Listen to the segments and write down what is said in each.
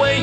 味，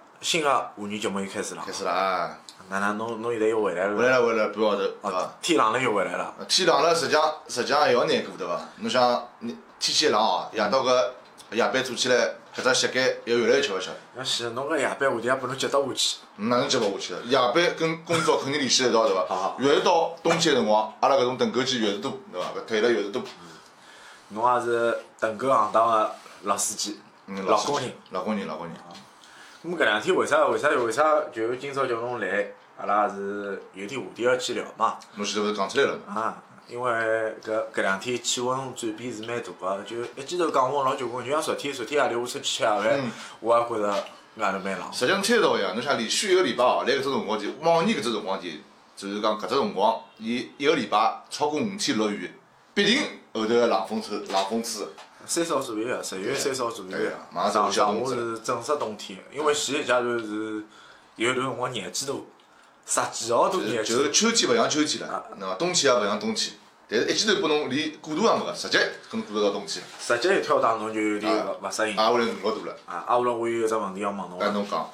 新个妇女节目又开始了开。始了啊！哪能侬侬现在又回来了？回来了，回来了，半号头，对啊伐？，天冷了又回来了。天冷了，实际上实际上也要难过，对伐？侬想，你天气冷哦，夜到搿夜班做起来，搿只膝盖要越来越吃勿消。嗯要死，侬搿夜班话题也拨侬接得下去。哪能接勿下去了？夜班跟工作肯定联系在一道，对好伐好？越是到冬天的辰光，阿拉搿种等候机越是多，对伐？搿腿了越是多。侬也是等狗行当个老司机，嗯，老司机工人。，老工人，老工人。啊咾么搿两天为啥为啥为啥就今朝叫侬来？阿拉也是有点话题要去聊嘛。侬现在勿是讲出来了嘛？啊，因为搿搿两天气温转变是蛮大个，就一记头降温老结棍，就像昨天昨天夜里我出去吃夜饭嗯，我也觉着外头蛮冷。实际上推得到呀，侬想连续一个礼拜哦，来搿只辰光前，往年搿只辰光前，就是讲搿只辰光，伊一个礼拜超过五天落雨，必定后头个冷风吹，冷风吹。三十号左右个，十一月三十号左右对个呀马，上上就上冬午至是正式冬天，因为前一阶段是有一段辰光廿几度，十几号度就廿几是度，秋天勿像秋天了，那么冬天也勿像冬天，但是一记头拨侬连过渡也没个，直接跟侬过渡到冬天，直接一跳打侬就有点啊勿勿适应。也回来五六度了。啊，阿下来我有一只问题要问侬搿啊，侬讲，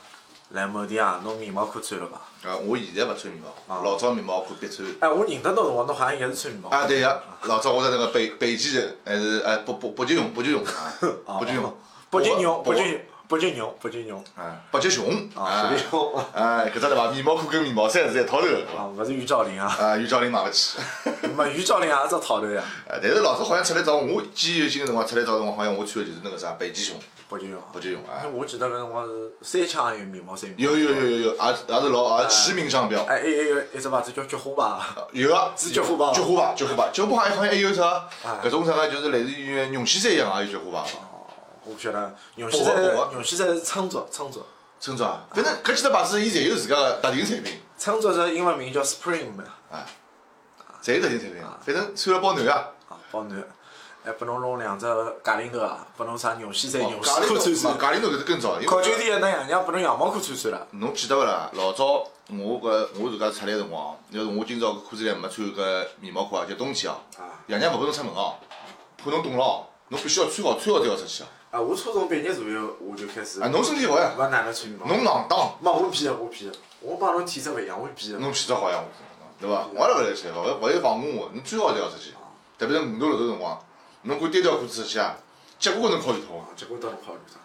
来某地啊，侬棉毛裤穿了伐？啊，我现在勿穿棉啊毛，老早棉毛裤必穿。哎，我认得侬辰光，侬好像也是穿棉毛裤。啊，对呀，老早我在那个北北极人，还是哎北北北极熊，北极熊啊，啊北极熊，北极我牛，我北极北极牛，北极牛啊，北极熊啊，北极牛啊，哎，搿只对伐？棉毛裤跟棉毛衫是一套头个，勿是于兆林啊，啊，有招人买勿起。 啊没于兆林也是只套头呀，啊但是老早好像出来早，我记忆有新个辰光出来早辰光，好像我穿的就是那个啥北极熊，北极牛啊。北极熊啊因为，我记得搿辰光是三枪也有棉毛衫。有有有有有，也是也是老也是齐名商标，哎，还有一个一只牌子叫菊花牌，有啊，是菊花吧哎菊花吧，菊花吧，菊花吧好像还有啥，搿种啥个就是类似于绒线衫一样，啊也有菊花吧。我不晓得。永西薄在的薄的永西在是昌卓，昌卓，村长啊，反正搿几只牌子伊侪有自家个特定产品，昌卓是英文名叫 Spring 嘛，啊侪有特定产品，反正穿了包暖啊。啊，包男，还拨侬弄两只假领头啊，拨侬啥永西在永西哦咖喱裤穿头穿。嘛，咖喱头搿是更早，因为考究店那爷娘拨侬羊毛裤穿穿了，侬记得勿啦？老早我搿我自家出来的辰光，要是我今朝搿裤子里没穿搿棉毛裤啊，就冬天哦啊，爷娘勿拨侬出门哦，怕侬冻了哦，侬必须要穿好，穿好再要出去哦。啊，我初中毕业左右我就开始，啊，勿侬身体好呀，哪能穿毛。侬硬当，没，我皮，我皮，我帮侬体质勿一样，我皮。侬气质好呀，我跟侬讲对伐？我也勿来去，勿勿有防护我，侬穿好再要出去，啊特别是五度六度辰光，侬掼单条裤子出去啊，结果搿能考虑痛啊。结果到了跑路上。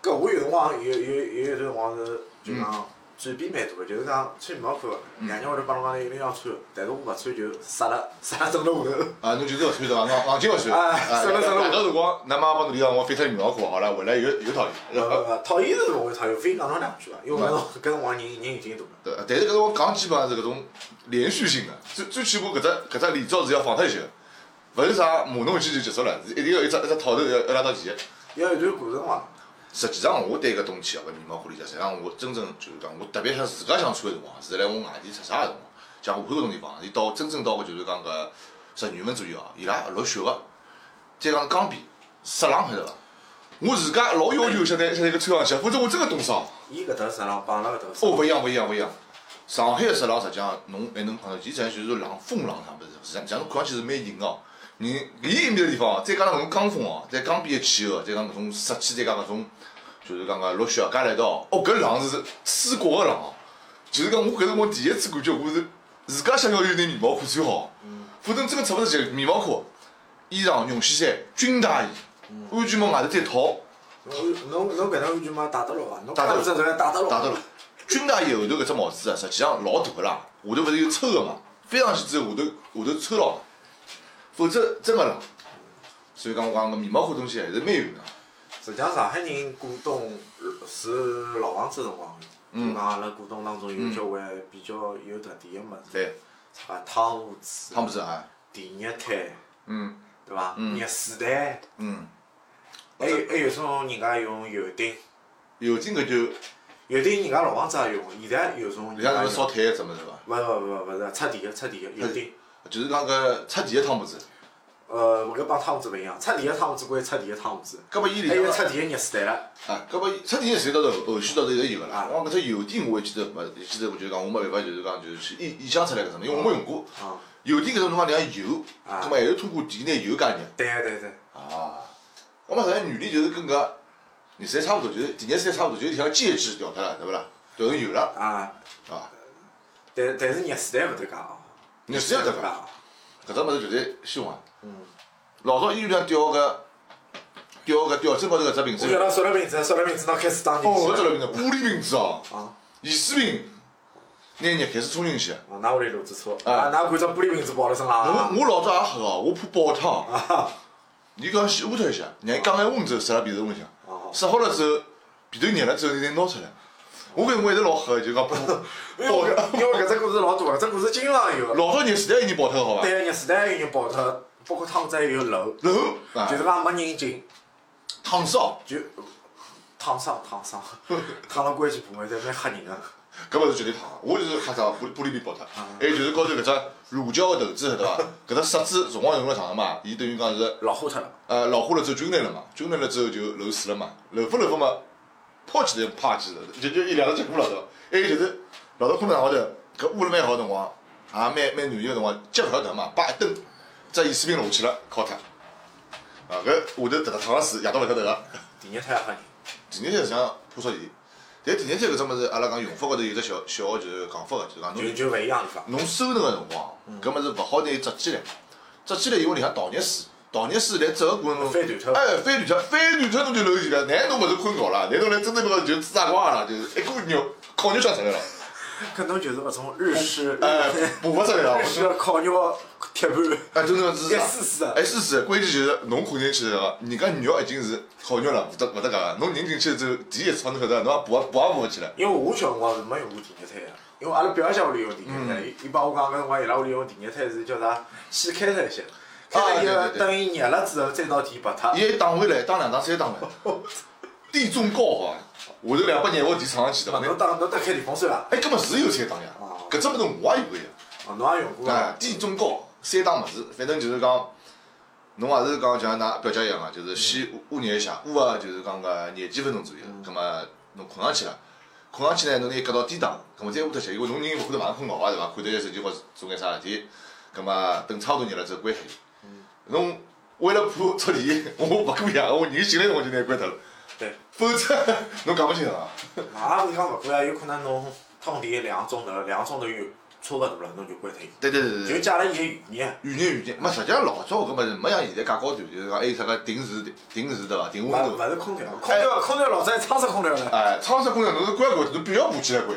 搿我有辰光有有有有一段辰光是就讲转变蛮大个，就是讲穿棉毛裤，爷娘会头帮侬讲一定要穿，但是我勿穿就杀了杀了整了下头。啊，侬就是要穿对伐？硬硬劲要穿。啊省了省了大多辰光，㑚妈帮侬里向我翻脱棉毛裤好了，回来又又讨勿厌。勿呃勿，讨厌是勿会讨厌，非讲侬两句伐，因为搿辰光搿嗯辰光人人已经大了。对，但是搿种讲基本上是搿种连续性的，最最起码搿只搿只连招是要放脱一些，勿是啥马弄一记就结束了，是一定要一只一只套头要要拉到前。要一段过程嘛，实际上，我对搿冬天啊搿棉毛裤里向，实际上我真正就是讲，我特别想自家想穿个辰光，是辣我外地出差个辰光，像武汉搿种地方，伊到真正到搿就是讲搿十月份左右啊，伊拉落雪个，再讲江边湿冷晓得伐？我自家老要求想拿想拿搿穿上去，否则我真个冻伤。伊搿搭实浪帮阿拉搿搭哦，勿一样，勿一样，勿一样。上海个食浪实际上，侬还能看到，伊实际上就是冷风浪啥物事，实际上侬看上去是蛮硬个哦。你伊埃面个地方哦，再加上搿种江风哦，再江边个气候，再讲搿种湿气，再加搿种就是讲个落雪啊加来一道，哦，搿浪是吹觉个浪哦。就是讲我搿辰光第一次感觉我是自家想要有拿棉毛裤穿好，否则真个出勿出去。棉毛裤、衣裳、绒线衫、军大衣，安全帽外头再套，侬侬侬搿能安全帽戴得牢伐？侬戴得这牢戴得牢。啊戴得牢。军大衣后头搿只帽子啊，实际上老大个啦，下头勿是有抽个嘛，飞上去之后下头下头抽牢了，否则真个啦。所以讲我讲搿棉毛裤东西还是蛮有用的。实际上上海人过冬呃住老房子辰光，嗯就讲阿拉过冬当中有交关比较有特点个物事，对，啥汤屋子、汤姆子啊，电热毯，嗯对伐？热水袋，嗯，还有还有种人家用油灯，有劲搿就油灯人家老房子也用，现在有种人人家家是用烧炭怎么是伐？勿勿勿勿是，插电个插电个油灯。就是讲搿插电个汤姆子，呃，搿帮汤姆子勿一样，插电个汤姆子归插电个汤姆子，哎搿么伊里还向有插电个热水袋了。啊，搿么出电侪到头，后续到头侪有个啦啊。我讲搿只油电我还记得没，记得我就讲我没办法，就是讲就是去印印象出来搿种，因为我没用过。啊，油电搿种侬讲像油，啊搿么还是通过电拿油加热。对对对，啊，搿么实际上原理就是跟搿热水差勿多，就是电热水差勿多，就是像介质调脱了，对勿啦？调成油了，啊，啊，但但是热水袋勿得讲哦，热水要勿得得伐？讲哦，搿只物事就是凶啊。老早医院里向吊搿吊搿吊针高头搿只瓶我子晓，得塑料瓶子，塑料瓶子拿开水打进哦，搿只去。老瓶子，玻璃瓶子哦，啊，盐水瓶，拿热开水冲进去。哦，㑚屋里路子错，啊啊，㑚掼只玻璃瓶子跑了身浪我啊？我老早也喝哦，我怕爆汤。啊，伊讲先捂脱一下，让伊降眼温之后塞辣被头里向，哦塞好了之后，被头热了之后再拿出来。我搿辰光一直老黑，就讲爆 因为我爆。因为搿只故事老大个，搿只故事经常有。老早热时代已经爆脱了好伐？对，热水袋有人跑脱，包括汤姆仔也有漏，然后啊就是讲没人进，烫伤，就烫伤烫伤， 烫了关节部位，侪蛮吓人个。搿物事绝对烫。我就是吓啥玻璃玻璃瓶爆脱，还有就是高头搿只乳胶个头子对伐？搿只塞子辰光用了长了嘛，伊等于讲是老火脱了。呃老化了之后皲烂了嘛，皲烂了之后就漏水了嘛，漏风漏风嘛，泡起来趴起来，就就一两个结果了对伐？还有就是老早困堂高头，搿捂了蛮好的辰光，啊也蛮蛮暖意个辰光，脚勿晓得嘛，叭一蹬，只盐水瓶落下去了，敲脱。啊，搿下头搿搭烫了水，夜到勿晓得个。第二胎也吓人。第二天实际上怕烧电，但第二天搿只物事，阿拉讲用法高头有只小小个就是讲法个，就是讲嗯侬就就勿一样地方。侬收纳个辰光，搿物事勿好拿伊折起来，折起来伊会里向倒热水，倒热水来折个过程中，翻断脱哎，翻断脱，翻断脱侬就漏气了，难侬勿是困觉啦，难侬来真正搿个就自杀光了，就是一股肉烤肉酱出来了，搿侬就是搿种日式，哎， 补勿出来了 日，式烤肉铁板，哎，啊真正是哎一丝丝的一丝丝，关键就是侬困进去了，人家肉已经是烤肉了，勿得勿得讲，侬人进去之后，第一次侬晓得，侬也补也补也补勿起来，因为我小辰光是没用过第二胎个，因为阿拉表姐屋里用第二胎，嗯伊伊帮我讲搿辰光伊拉屋里用第二胎是叫啥？先开脱一些，开脱以啊后对对对等伊热了之后再拿电拔脱。伊还打回来，打两打三打回来，地重高啊，下头两百廿瓦地撑上去的，勿啊侬当侬搭开电风扇啦？哎，搿么是有三档呀哦，搿只物事我也有个呀。哦，侬也用过哎啊，？地中高三档物事，反正就是讲，侬也是讲像㑚表姐一样个，啊就是先捂热一下，捂个就是讲个廿几分钟左右，葛末侬困上去了，困上去呢，侬拿伊隔到低档，葛末再捂脱些，因为侬人勿可能马上困觉个对伐？看得下手机或者做眼啥事体，葛末等差勿多热了之后关脱伊。侬为了怕触电， 我勿过夜，我人醒来我就拿伊关脱了，对，否则 侬讲勿清爽啊。也勿是讲勿过啊，有可能侬通电两个钟头，两个钟头有差勿多了，侬就关脱伊，对对对对就借了伊个余热。语言语言，没实际上老早搿物事没像现在介高端，就是讲还有啥个定时定时对伐？定温勿度。勿是空调，空调空调老早还窗式空调呢。哎，窗式空调侬是关关，侬必须要爬起来关，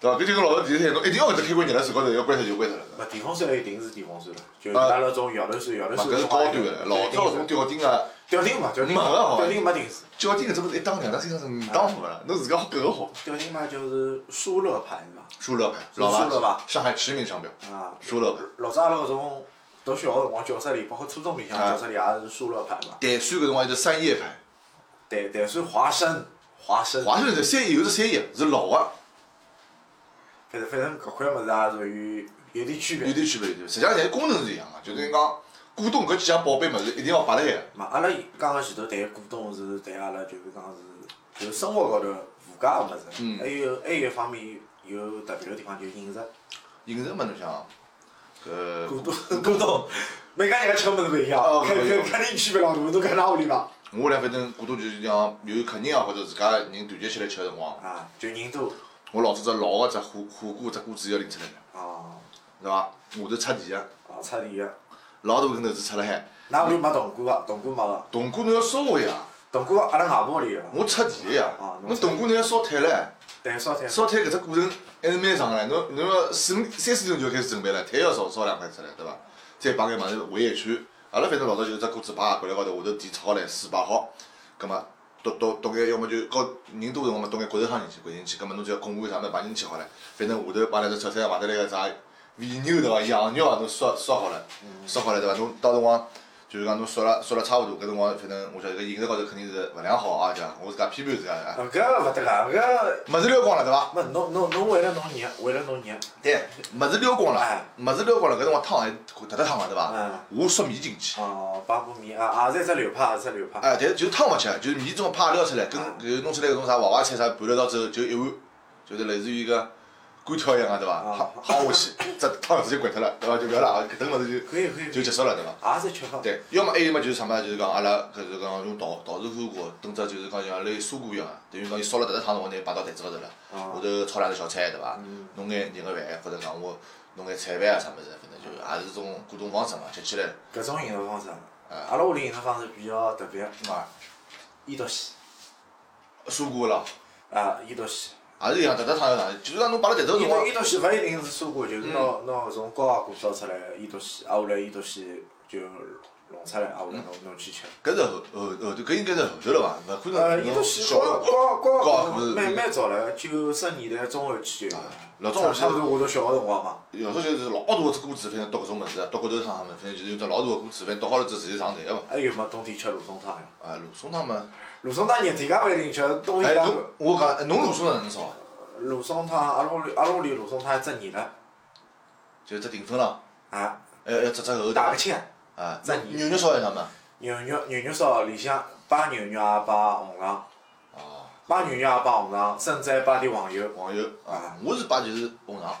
对伐？搿就跟哎老早电视台侬一定要搿只开关热了手高头要关脱就关脱了。勿电风扇一定是电风扇了，就啊阿拉种摇头扇，摇头嘛，扇搿是高端个，老早种吊顶啊，吊顶嘛，吊顶没个好吊顶没定式，吊顶搿只物事一档两档三档是哎五档好勿啦？侬自家好搿个好。吊顶嘛就是舒乐牌嘛。舒乐牌，是老舒乐吧上海驰名商标，啊，舒乐牌。老早阿拉搿种读小学辰光教室里，包括初中里向啊教室里也是舒乐牌嘛。淡水搿辰光有只三叶牌，对对，所以华生，华生，华盛顿三叶有只三叶是老啊个，反正反正搿块物事也属于有点区有别。点区别，有点区别实际上现在功能是一样个，就是嗯讲古董搿几样宝贝物事一定要摆辣海个。嘛，阿拉刚刚前头谈股东是谈阿拉就是讲是就生活高头附加个物事，还有还有一方面有特别个地方就是饮食。饮食嘛，侬想，搿股东， 股东，每家人家吃么子不一样哦，肯不一肯样肯定区别老大，侬看哪屋里伐？我俩反正过多就是讲有客人啊或者自家人团结起来吃个辰光，啊，就人多，我老早只老个只火火锅只锅子要拎出来了，啊，是伐？下头插地个，啊，差点个。老大根头子插辣海，㑚屋里没动过伐？动过没个？铜锅侬要烧个呀，东哥阿拉外婆里个，我出题呀啊，侬侬出动过侬要烧炭唻，对烧炭，烧炭搿只过程还是蛮长个唻，侬侬要四五三四点钟就开始准备了，炭要烧烧两块出来，对伐？再把眼物事围一圈，阿拉反正老早就是只锅子摆搿来高头，下头地炒来，水摆好，葛末倒倒倒眼，要么就高人多个辰光嘛，倒眼骨头汤进去，掼进去，葛末侬只要滚碗啥物事摆进去好了，反正下头摆了只炒菜，外头来个啥肥牛对伐？羊肉啊，侬烧烧好了，烧好了对伐？侬到辰光。就是讲侬烧了烧了差勿多，搿辰光反正我晓得搿饮食高头肯定是勿良好啊，对伐？我自家批判自家啊，哦搿个勿得啦，搿物事撩光了对伐？没侬侬侬为了侬热，为了侬热，对，物事撩光了哎，物事撩光了，搿辰光汤还特特汤个对伐嗯？我烧米进去，哦，八步米啊，也是一只流派，也是一只流派，哎，但是就汤勿吃，就是米种啪撩出来，跟哎搿弄出来搿种啥娃娃菜啥拌了到之后，就一碗，就是类似于一个干挑一样个对伐？啊夯夯下去， 这汤直接掼脱了，对伐？就勿要了，搿顿物事可以可以就，就结束了对伐？也是吃法，对，要么还有嘛就是啥嘛，就是讲阿拉搿是讲用陶陶瓷火锅炖只就是讲像类砂锅一样，啊等于讲伊烧了迭只汤侬拿伊摆到台子高头了，下头炒两个小菜对伐？弄眼热个饭或者讲我弄眼菜饭啊啥物事，反正就也是种各种方式嘛，吃起来搿种饮食方式，啊啊阿拉屋里饮食方式比较特别，嘛，烟道西，砂锅啦，啊，烟道西。也是一样，迭只汤要哪能，就是讲侬摆辣台子高头伊辰都光嗯伊，都西勿一定是蔬果，就是拿拿搿种高压锅烧出来个伊都西，啊后来伊都西就弄出来，啊后嗯来侬侬去吃。搿是后后后头搿应该是后头了伐？勿可呃，能伊侬都西小高高高高压压锅锅是啊蛮蛮早了，九十年代中后期有个。老早我记差得不多我读小学辰光嘛。有时候就是老大个只锅子，反正倒搿种物事啊，倒骨头汤啥物事，反正就是有只老大个锅子，反正倒好了之后直接上台个嘛。还有嘛，冬天吃芦笋汤呀。啊，芦笋汤嘛。芦笋汤热天介勿一定吃，冬哎，天侬介。我讲，哎侬卤素哪能烧啊？芦笋汤，阿拉屋里阿拉屋里芦笋汤一只热的，就是只定粉啦，啊，还哎要只只后头打个芡，啊，只牛肉烧还是啥么？牛肉牛肉烧里向摆牛肉也摆红肠，哦，摆牛肉也摆红肠，甚至还摆点黄油。黄油啊，我是摆就是红肠，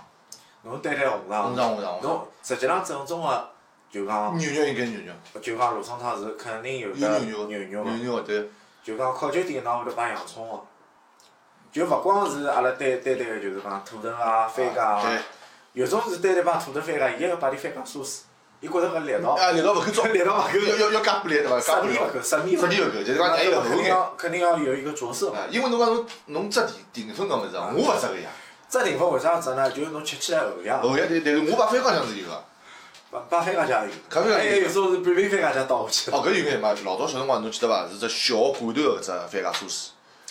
侬对待红肠，红肠红肠红侬实际上正宗个就讲肠，牛肉应该牛肉，就讲芦笋汤是肯定有有的牛肉，牛肉个，牛肉对，就讲烤酒店㑚会得摆洋葱个，啊就勿光是阿拉单单单个就是讲土豆啊、番茄对啊，，有种是单单摆土豆番茄，伊还要摆点番茄sauce，伊觉着搿力道啊，力道勿够足， 力道勿够要要要加布力对伐？加色布力味勿够，色味色味勿够就是讲那还有肯口定感。要肯定要有一个着色嘛。啊，因为侬讲侬侬只定定粉搿物事啊，我勿只个呀，这地方为啥整呢？就是侬吃起来后向，后呀，但但是我摆番茄酱是有个，摆摆番茄酱咖啡有，酱啊哎还有有种是半瓶番茄酱倒下去，哦，搿有眼嘛，老早小辰光侬记得伐？是只小罐头个只番茄sauce。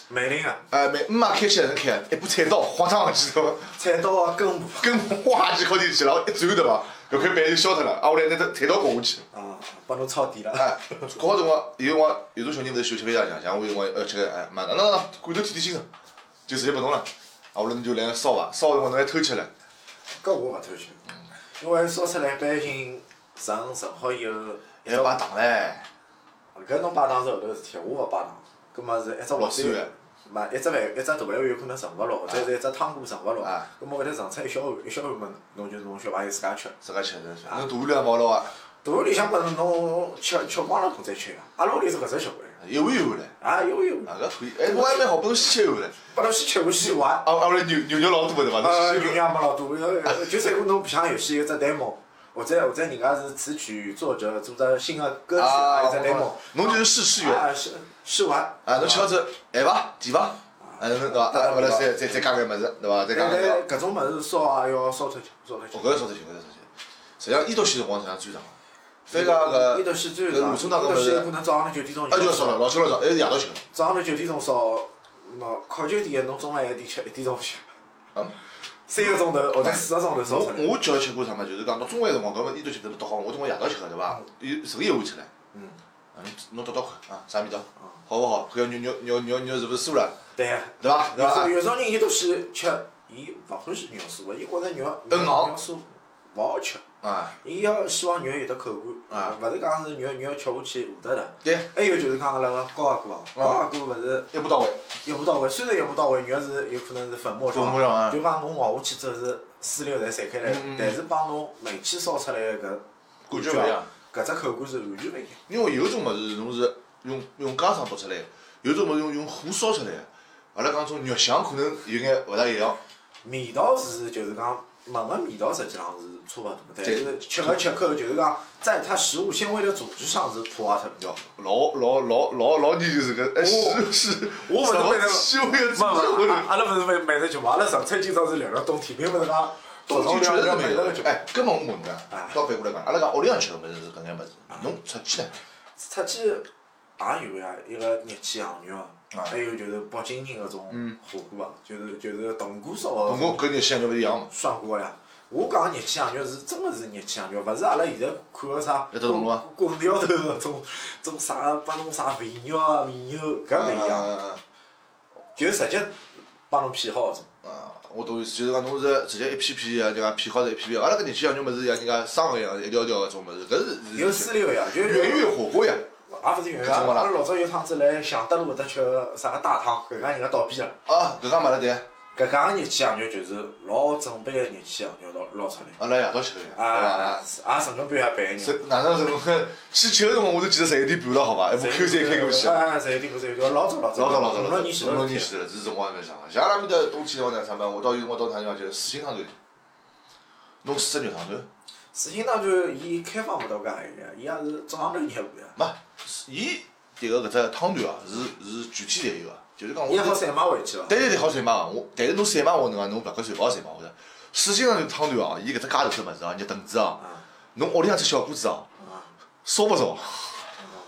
梅林啊个哎，每姆妈开起来能开，一把菜刀晃上去对伐？菜刀啊根部。跟哗几靠进去，然后一转对伐？搿块板就消脱了，啊，我来拿只菜刀搞下去。啊，帮侬抄底了。哎，搞好辰光，有辰光有种小人勿是喜欢吃番茄酱，像我有辰光要吃个，哎，妈，那那那罐头提提心肠，就直接勿弄了。啊，我来侬就来烧伐，烧个辰光侬还偷吃了。搿我勿偷吃，因为烧出来一般性盛盛好以后，一还只要摆糖嘞，搿侬摆糖是后头事体，我勿摆糖。葛末是一只老镬酸头，嘛一只饭一只大饭碗有可能盛勿牢，或者是一只汤锅盛勿牢啊。葛末搿头盛出一小碗一小碗么，侬就弄小朋友自家吃。自家吃的是。侬大碗量毛了伐？大碗里向么侬吃吃光了侬再吃呀。阿拉屋里是搿只习惯，一碗一碗嘞，啊有有，啊，搿可以。哎，我还蛮好，拨侬先切一碗嘞。把侬先吃过先玩。啊，啊，我来牛牛肉老多个对伐？呃，侬人先切一碗。家没老多，呃就是如果侬白相游戏有只 demo，或者或者人家是词曲作者做只新的歌曲，啊，还有我只懂 demo 了。侬就是试吃员。啊，试试完。啊，侬吃好之后，咸伐？甜伐？啊，侬对伐？啊，勿来再再再加眼物事，对伐？再加但眼但物搿种物事烧啊也要烧出去，烧出事。去哦，。搿个烧得行，搿个烧得行。实际上，伊到西辰光实际上最长伊头先最早，伊头个。番茄搿搿芦笋汤搿物事先可能早浪头九点钟啊就要烧了，老清老早，还是夜到吃。早浪头九点钟烧，喏，烤九点侬中浪一点吃，一点钟吃， 啊，三个钟头或者四个钟头烧出来。我我叫吃过啥嘛？就是讲到中午的辰光，搿么伊到西头倒好，我中午夜到吃个对伐？有随便一碗吃唻。嗯。啊，侬侬倒倒看啊，啥味道？好勿好？搿要肉肉肉肉肉是勿是酥了？对呀。对啊伐？对有伐种？有种人伊头先吃，伊勿欢喜肉素个，伊觉着肉肉硬肉素勿好吃，啊，伊要希望肉有得口啊感，勿是讲是肉肉吃下去糊得的。对，哦还有就是讲阿拉个高压锅啊，高压锅勿是。一步到位。一步到位，虽然一步到位，肉是有可能是粉末粉末状啊状，就讲侬咬下去之后是水流侪散开来嗯嗯嗯，但是帮侬煤气烧出来的搿感觉勿一样，搿只口感是完全勿一样。因为有种物事侬是用用家常做出来的，有种物事用用火烧出来的。阿拉讲种肉香可能有眼勿大一样，味道是就是讲闻个味道实际上是差勿多，但对是吃个吃口就是讲，在它食物纤维的组织上是破坏特别多。老老老老老年就是个，哎，是是，我不是为了虚伪的没没，阿阿拉啊勿是每每只节目，阿拉上次今朝是聊聊冬天，并勿是讲冬天确实聊是每没个节有。目。哎，搿么我问呢啊，倒反过来讲，阿拉讲屋里向吃个物事是搿眼物事，侬出去呢？出去也啊有呀，一个热气羊肉啊啊，还有就是北京人搿种火锅啊，就是就是铜锅烧我个搿眼香肉勿是一样嘛？涮锅啊呀。我讲个热气羊肉是真个是热气羊肉，勿是阿拉现在看个啥一只铜锣啊滚滚掉头搿种种啥帮侬啥肥肉啊、肥牛搿勿一样，啊就直接帮侬偏好搿种。啊，我懂意思，就是讲侬是直接一批批啊，人家偏好是一批批，阿拉搿年纪像肉物事像人家生个一样，一条条搿种物事，搿是有私流呀，就是源于火锅呀。也勿是圆圆，看中阿了拉老早有趟子来祥德路搿搭吃个啥个大汤，搿家人家倒闭了。啊，搿家买了对，搿家个热气羊肉就是老正版个热气羊肉捞捞出来。阿拉夜到吃个呀，对啊伐？，也成功半夜办人。是哪能是侬去吃个辰光，我都记得十一点半了，好伐？一部 Q 三 K 过去。啊，十一点过十一点，老早老老早老早五老早，六年前五头六事体年前了，这是辰光还没想啊。像阿拉面搭冬天辰光呢，上班，我到有辰光到趟地方就是四星汤头，弄四只肉汤头，四星当然，伊开放勿到搿行业，伊也是早上头业务呀。没，伊迭个搿只汤头啊，是是具体侪有个，就是讲我伊好散卖回去伐？对对对，好散卖个。我但是侬散卖我能讲，侬勿可算勿好散卖，我说四星汤头汤头哦，伊搿只加头只物事啊，热凳子啊，侬屋里向只小锅子哦，啊，烧不着。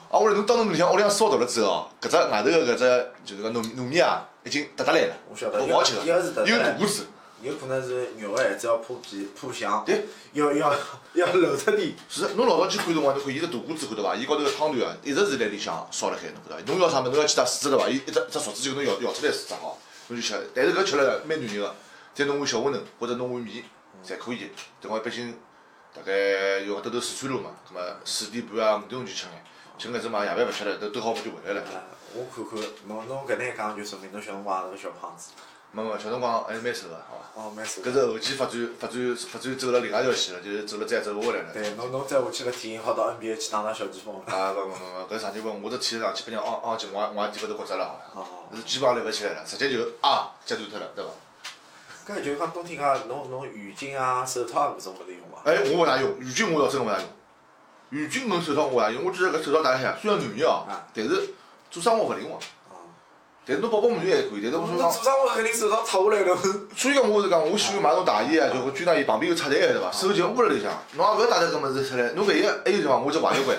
啊，我来侬当侬里向屋里向烧大了之后哦，搿只外头个搿只就是讲糯糯米啊，已经搭搭来了，我晓得勿好吃了，一个是搭搭来有大骨子。有可能是肉还子要铺皮铺香，对要 要要露出点。是，侬老早去看辰光，侬看伊个大锅子看到伐？伊高头个汤头啊，一直是辣里向烧辣海，侬看到伐？侬要啥物事，侬要去打水对伐？伊一只一只勺子就搿能舀舀出来水只好，侬就吃。但是搿吃了蛮软个，再弄碗小馄饨或者弄碗面，侪可以。等我毕竟大概要兜兜四川路嘛，葛末四点半啊五点钟去吃眼，吃眼之嘛夜饭勿吃了，都兜好我就回来了。啊，我看看，侬侬搿能一讲，就说明侬小辰光也是个小胖子。没没，小辰光还是蛮瘦个，好伐？哦，蛮瘦搿。是后期发展发展发展走了另外一条线了，就是走了再走勿回来了。对，哎侬侬再下去搿体型好到 NBA 去打打小前锋了。啊，勿勿勿勿，搿上节目我只体育上去被人昂昂进，我也我也提勿到骨折了，好哦像，是基本上立勿起来了，直接就啊截断脱了，对伐？搿就是讲冬天讲侬侬浴巾啊、手套啊搿种物事用伐？哎，我勿大用，浴巾我倒真个勿大用，浴巾跟手套我勿大用，我只是搿手套戴辣海，虽然软哦啊，但是做生活勿灵活。哦但是侬保保暖还可以，但是我侬说做讲，生活肯定手套脱下来 了。所以讲我是讲，我喜欢买种大衣啊，就会捐到伊旁边有插台个嗯对伐？手就捂辣里向，侬也勿要带着搿物事出来，侬万一还有地方，我就坏一关，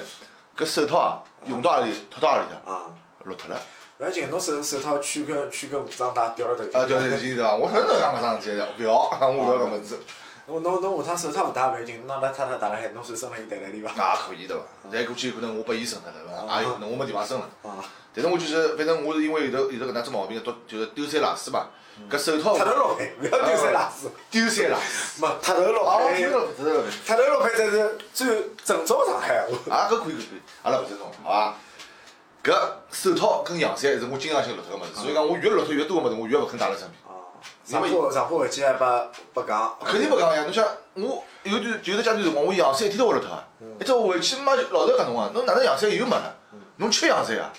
搿手套啊用到阿里脱到阿里向，啊，落脱了。勿要紧，侬手手套区根区根五张带掉了头。啊，对对，对对，我很能干搿桩事体的，不要， 我不要搿么子， 侬侬侬下趟手套勿戴勿要紧，拿来太太打了海，侬手伸了伊戴了里伐？那可以对伐？但过去有可能我拨伊生脱了，也有可能我没地方生了。啊，但是我就是，反正我是因为有头有头搿能只毛病，丢就是丢三落四嘛。搿手套脱头落配，勿要丢三落四。丢三落没，脱头落啊，我配丢，了，丢了。脱头落配才是最正宗上海话。啊，搿可以搿可以，阿拉勿是弄，好伐？搿手套跟阳伞是我经常性落脱个物事，所以讲我越落脱越多个物事，我越勿肯带辣身边。啊，上坡上坡回去还拨拨 讲。肯定勿讲呀！侬想，我有段有一段阶段辰光，我洋山一天都会落脱啊。一只回去妈老头搿侬啊，侬哪能洋山又没了？侬吃洋山啊？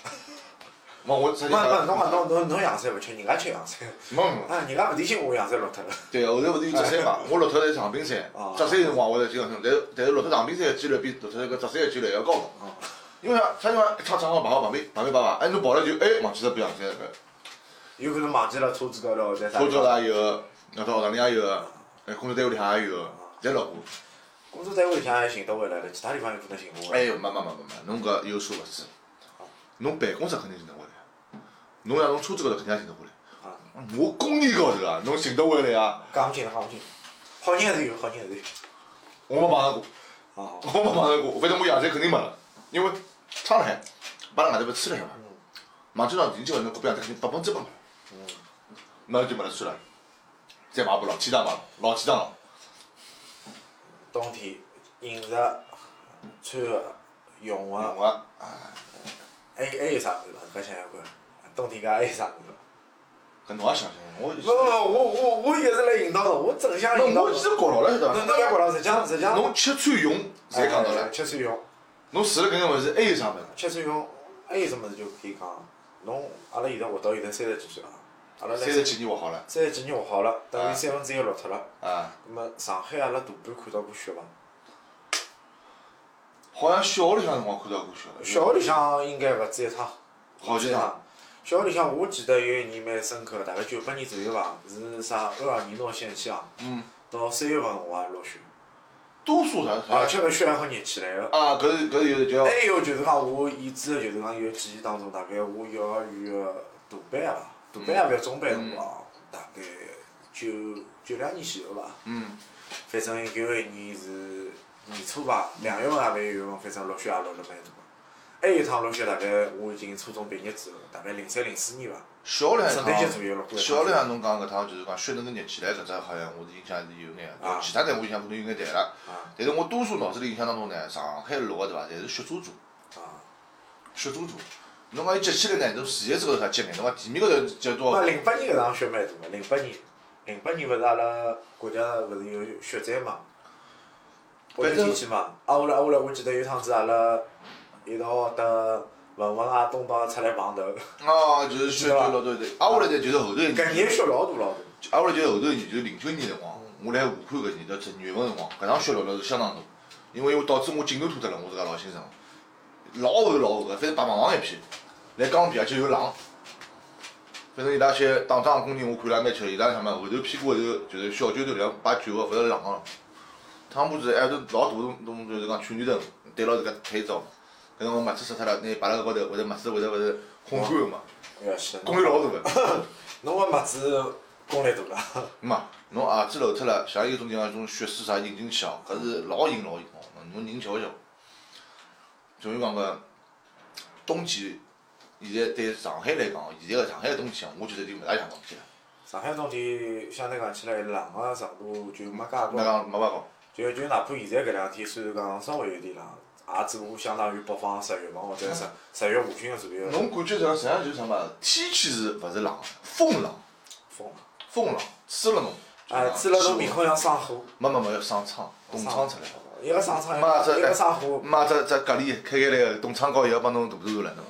冇我直接没没，侬讲侬侬侬洋山勿吃，人家吃洋山。没没。啊，人家勿提醒我洋山落脱了。对，后头勿是有折山嘛？我落脱在长滨山啊，折山辰光我在经常但是但是落脱长滨山的几率比落脱搿折山的几率要高嘛。啊因为啥？啥地方一趟正好碰到旁边旁边爸爸，哎侬跑了就哎忘记了不洋山了，有可能忘记了车子高头在啥。车脚啦有，那到学堂里也有，哎工作单位里向也有，啊侪落过。工作单位里向还寻得回来了，其他地方有可能寻不回来。哎，没没没没没，侬搿有所勿知，啊侬办公室肯定寻得回来，侬像侬车子高头肯定也寻得回啊来。我工地高头啊，侬寻得回来啊？讲勿清，讲勿清。好人还是有，好人还是有。我没碰着过，哦，我没碰着过，反正我夜山肯定没了，因为上海，把拉外头勿吃了海嗯嘛，网就上年纪高头，侬搿边肯定百分之百没了，嗯那就没得吃了，再买部老鸡汤吧，老鸡汤了，冬天饮食、穿个、用哎个，我啊还还有啥物事伐？搿想想看，冬天介还有啥物事伐？搿侬也想想，我勿勿，我我我一直来引导侬，我正想引那导我侬。其实觉牢了，晓得伐？侬侬别管了，实际上实际上侬吃穿用侪讲到了哎。吃穿用，侬除了搿眼物事，还有哎啥物事？吃穿用还有什么事就可以讲。侬阿拉现在活到现在三十几岁啊，阿拉来三十几年活好了三十几年活好了，等啊于三分之一落脱了。啊，那么上海阿拉大半看到过雪伐？好像小学里向辰光看到过小的，小学里向应该勿止一趟。好几趟。啊小学里向，我记得有一年蛮深刻，大概九八年左右伐，是啥厄尔尼诺现象，嗯，啊到三月份辰光还落啊雪，多数啥而啥且搿雪还好热起来个。啊，搿是搿是有的叫还哎有就是讲，我已知的就是讲有记忆当中，大概我幼儿园个大班伐，大班也勿要中班辰光，大概九九两年前后伐，嗯反正有一年是年初伐，两月份也勿一月份，反正落雪也落了蛮大。还有一趟落雪，大概我已经初中毕业之后，大概零三零四年伐。小两趟圣诞节左右了，小两趟侬讲搿趟就是讲血能够热起来搿只好像我是印象是有眼啊，其他呢我印象可能有眼淡了啊，但是我多数脑子里印象当中呢，上海落个对伐，侪是雪珠珠。啊，雪珠珠。侬讲伊接起来呢，侬视野高头啥接眼，侬讲地面高头接多那少？零八年搿场雪蛮大个，零八年，零八年勿是阿拉国家勿是有雪灾嘛，北京反正天气嘛，啊后来啊后来我记得有趟子阿拉一道得文文啊东东啊出来碰头，哦，就是雪就老多的。挨下来呢，就是后头一搿年，年雪老大 老大，挨下来就是后头一年，就是零九年辰光，我来武汉搿年到十二月份辰光，搿场雪落了是相当大，因为我导致我颈头脱脱了，我自家老心疼。老厚老厚个，反正白茫茫一片，来钢皮而且有冷。反正伊拉些打仗工人，我看了也蛮吃力，伊拉像嘛后头屁股后头就是小九头两把酒啊个，勿是冷个。汤姆子还有种老大种种就是讲卷棉头，对牢自家腿着。搿辰光袜子湿脱了，拿伊摆辣搿高头，或者袜子会得会得烘干个嘛，要死，功力老大个。侬个袜子功力大了，嘛，侬鞋子漏脱了，像有种地方种血丝啥引进去哦，搿是老硬老硬哦，侬人瞧瞧。就是讲个冬季，现在对上海来讲，现在个上海个冬天哦，我觉得已经勿大像冬天了，上海冬天相对讲起来冷个程度就没介高，没讲没办法。就就哪怕现在搿两天虽然讲稍微有点冷，也只不过相当于北方十月份或者十十月下旬个左右嗯侬感觉上实际上就是啥嘛？天气是勿是冷的？风冷，风。风冷，吹了侬。哎，吹了侬面孔像生火，没没没，要上苍，冻苍出来。一个生苍，一妈个这一个生火，妈这这隔离开开来个冻苍膏也要帮侬涂涂了，侬。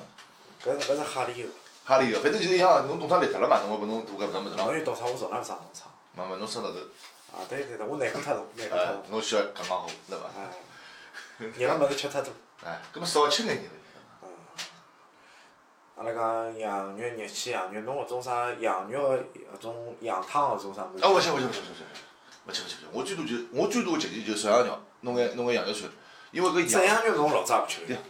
搿搿是吓里个。哈里个，反正就是像侬冻苍裂脱了嘛，侬要拨侬涂搿搿物事侬咯。有冻疮，我从来勿生冻疮。没没，侬伸舌头，啊，对对对，我难过脱侬，难过脱呃侬。，侬需要刚刚好，对伐？哎，热个物事吃太多。哎，搿么少吃眼肉。阿拉讲羊肉热气羊肉，侬搿种啥羊肉个搿种羊汤搿种啥物事啊，？勿吃勿吃勿吃勿吃勿吃勿吃勿吃勿吃，我最多就我最多极限就涮羊肉，弄眼弄眼羊肉串，因为搿整羊羊肉侬老早也勿吃对了。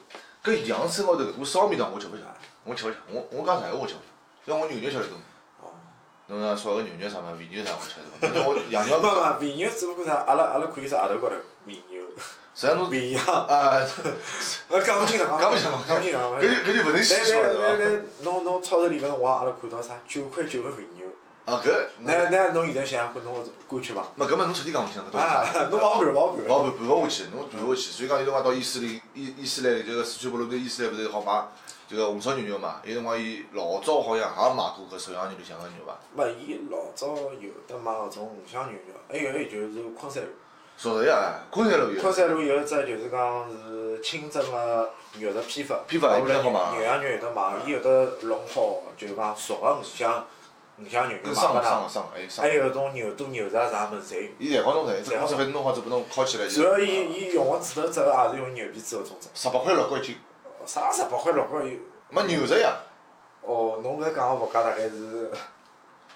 搿羊身高头搿股烧味道我吃勿消，我吃勿消，我我讲实话我吃勿消，像我牛肉吃得多。哦。侬像烧个牛肉啥嘛，肥牛啥我吃得多，但是我羊勿 肉勿，肥牛只不过是阿拉阿拉可以是额头高头肥牛、实际上侬肥羊，啊， 我讲勿清爽，讲勿清爽讲勿清爽。搿就搿就勿能细说来来了来对来，侬侬超市里搿辰光，阿拉看到啥九块九个肥牛。伐？啊搿，那那侬现在想看侬过去伐？没搿么侬彻底讲勿清爽，搿啊，东侬往西。盘往盘。老盘盘勿下去，侬盘勿下去，所以讲有辰光到伊斯林，伊伊斯兰，就个四川北路对伊斯兰勿是好买这个红烧牛肉嘛？有辰光伊老早好像也买过搿沈阳牛里向个牛排，勿，伊老早有得买搿种五香牛肉，还有一个就是昆山路。说实哎呀，昆山路有昆山路有一只就是讲是清真个肉食批发，批发后来批发嘛牛羊肉有得买，伊有得弄好，就是讲熟个五香五香牛肉跟买上拨个上㑚个，上个哎上还个，有搿种牛肚牛杂啥物事侪有。伊侪好弄的，只公司反正弄好之后拨侬烤起来就然后伊伊用个指头只也是用牛皮纸搿种只，十八块六块一斤，啥十八块六块有。没牛肉呀，哦，侬搿讲个物价大概是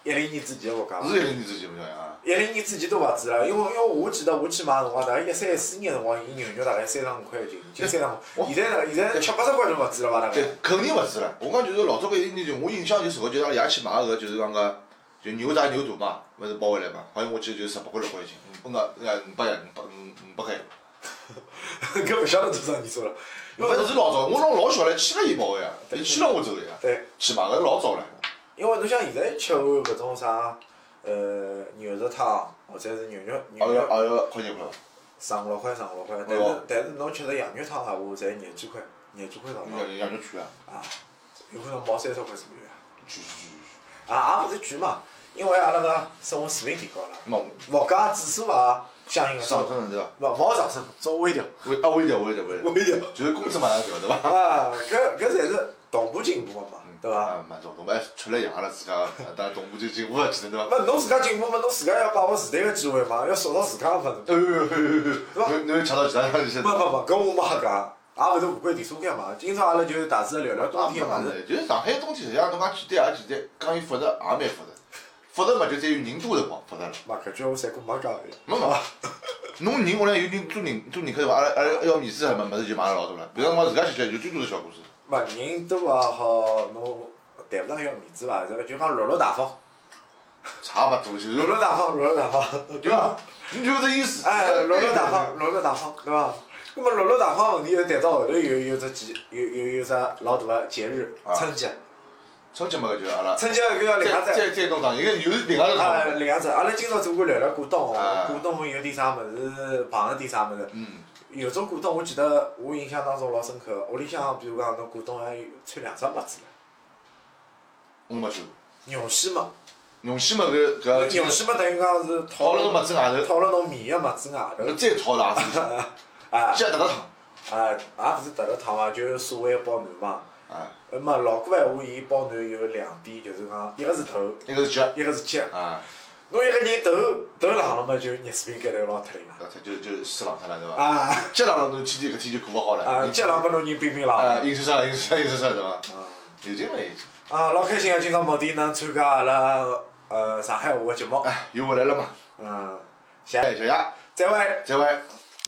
一零年之前个物价伐？是一零年之前勿晓得啊，一零年之前都勿止了，因为因为我记得我去买个辰光，啊大概一三一四年个辰光，伊牛肉大概三十五块一斤，就三十我五。现在呢，现在七八十块就勿止了伐？大概对。，肯定勿止了。我讲就是老早搿一年就我印象就是搿就是阿拉爷去买个就是讲个。就牛杂牛肚嘛，勿是包回来嘛，好像我记得就十八块六块一斤，五百呃五百呀，五百五五百块。 搿勿晓得多少年数了。因勿为是老早，我弄老小嘞，去了伊包个呀，伊去了我走个呀，对，去买个老早了。因为侬像现在吃碗搿种啥，呃，牛肉汤或者是牛肉也牛要肉也要快点快了，十五六块十五六块，但哦是但是侬吃着羊肉汤个话，侪廿几块，廿几块上头羊羊肉串啊，啊，有可能毛三十块左右啊。去去去，啊，也勿是贵嘛，因为阿拉个生活水平提高了，嘛，物价指数也相应个上升了对伐？勿勿好上升，走微调，微啊微调微调微调，微调。就是工资马上调对伐？啊，搿搿才是同步进步个嘛。嗯对伐？啊，蛮早，侬们还出来野了，自家啊当东部就进我也记得对伐？勿侬自家进步嘛，侬自家要把握时代个机会嘛，要塑造自家个物事。哎呦呦呦呦，侬侬又吃到其他地方去勿勿勿，搿我没瞎讲，也勿是无关地所讲嘛。今朝阿拉就大致聊聊冬天个物事。就是上海冬天，实际上侬讲简单也简单，讲伊复杂也蛮复杂，复杂嘛就在于人多的辰光复杂了。嘛，搿句我三哥没讲个。没嘛，侬人屋里向有人多人多人口对伐？阿拉阿拉要面子什么物事就买了老多了。比如讲我自家吃吃，就最多是小故事。嘛，人多也好，侬谈勿上要面子伐？这个就讲落落大方，差勿多就是落落大方，落落大方，对伐？你就这意思。哎，落落大 方，落落大方，对伐？那么落落大方问题又谈到后头有有只节有有有啥老大个节日啊春节，春节嘛，搿就阿拉。春节搿要另再外只再再弄上，一个又是另外一个啊，场。另外只，阿拉今朝总归聊聊股东啊哦，股东有点啥物事，碰着点啥物事。嗯，有种股东我记得我印象当中老深刻，屋里向比如讲侬股东还有穿两只袜子的，我没去。牛屎嘛，用西嘛搿搿牛屎嘛等于讲是套套了个了物子外头，套了侬棉个袜子外头搿再套了也是， 啊接搭搭烫。啊，也勿是特别烫啊，就是所谓包男嘛。啊，那么老古闲话，伊包男有两点，就是讲一个是头，一个是脚。一个是脚。啊，侬一个人头头冷了嘛，就热水瓶盖头捞脱了嘛。搿就就湿冷脱了对伐？啊脚冷了侬天天搿天就过勿好啊，了。脚冷拨侬人冰冰冷。啊，饮水上，饮水上，饮水上对伐？有劲没有劲？啊，老开心啊！今朝毛弟能参加阿拉呃上海话的节目，哎，又回来了嘛？嗯，谢谢，哎，小亚，再会。再会。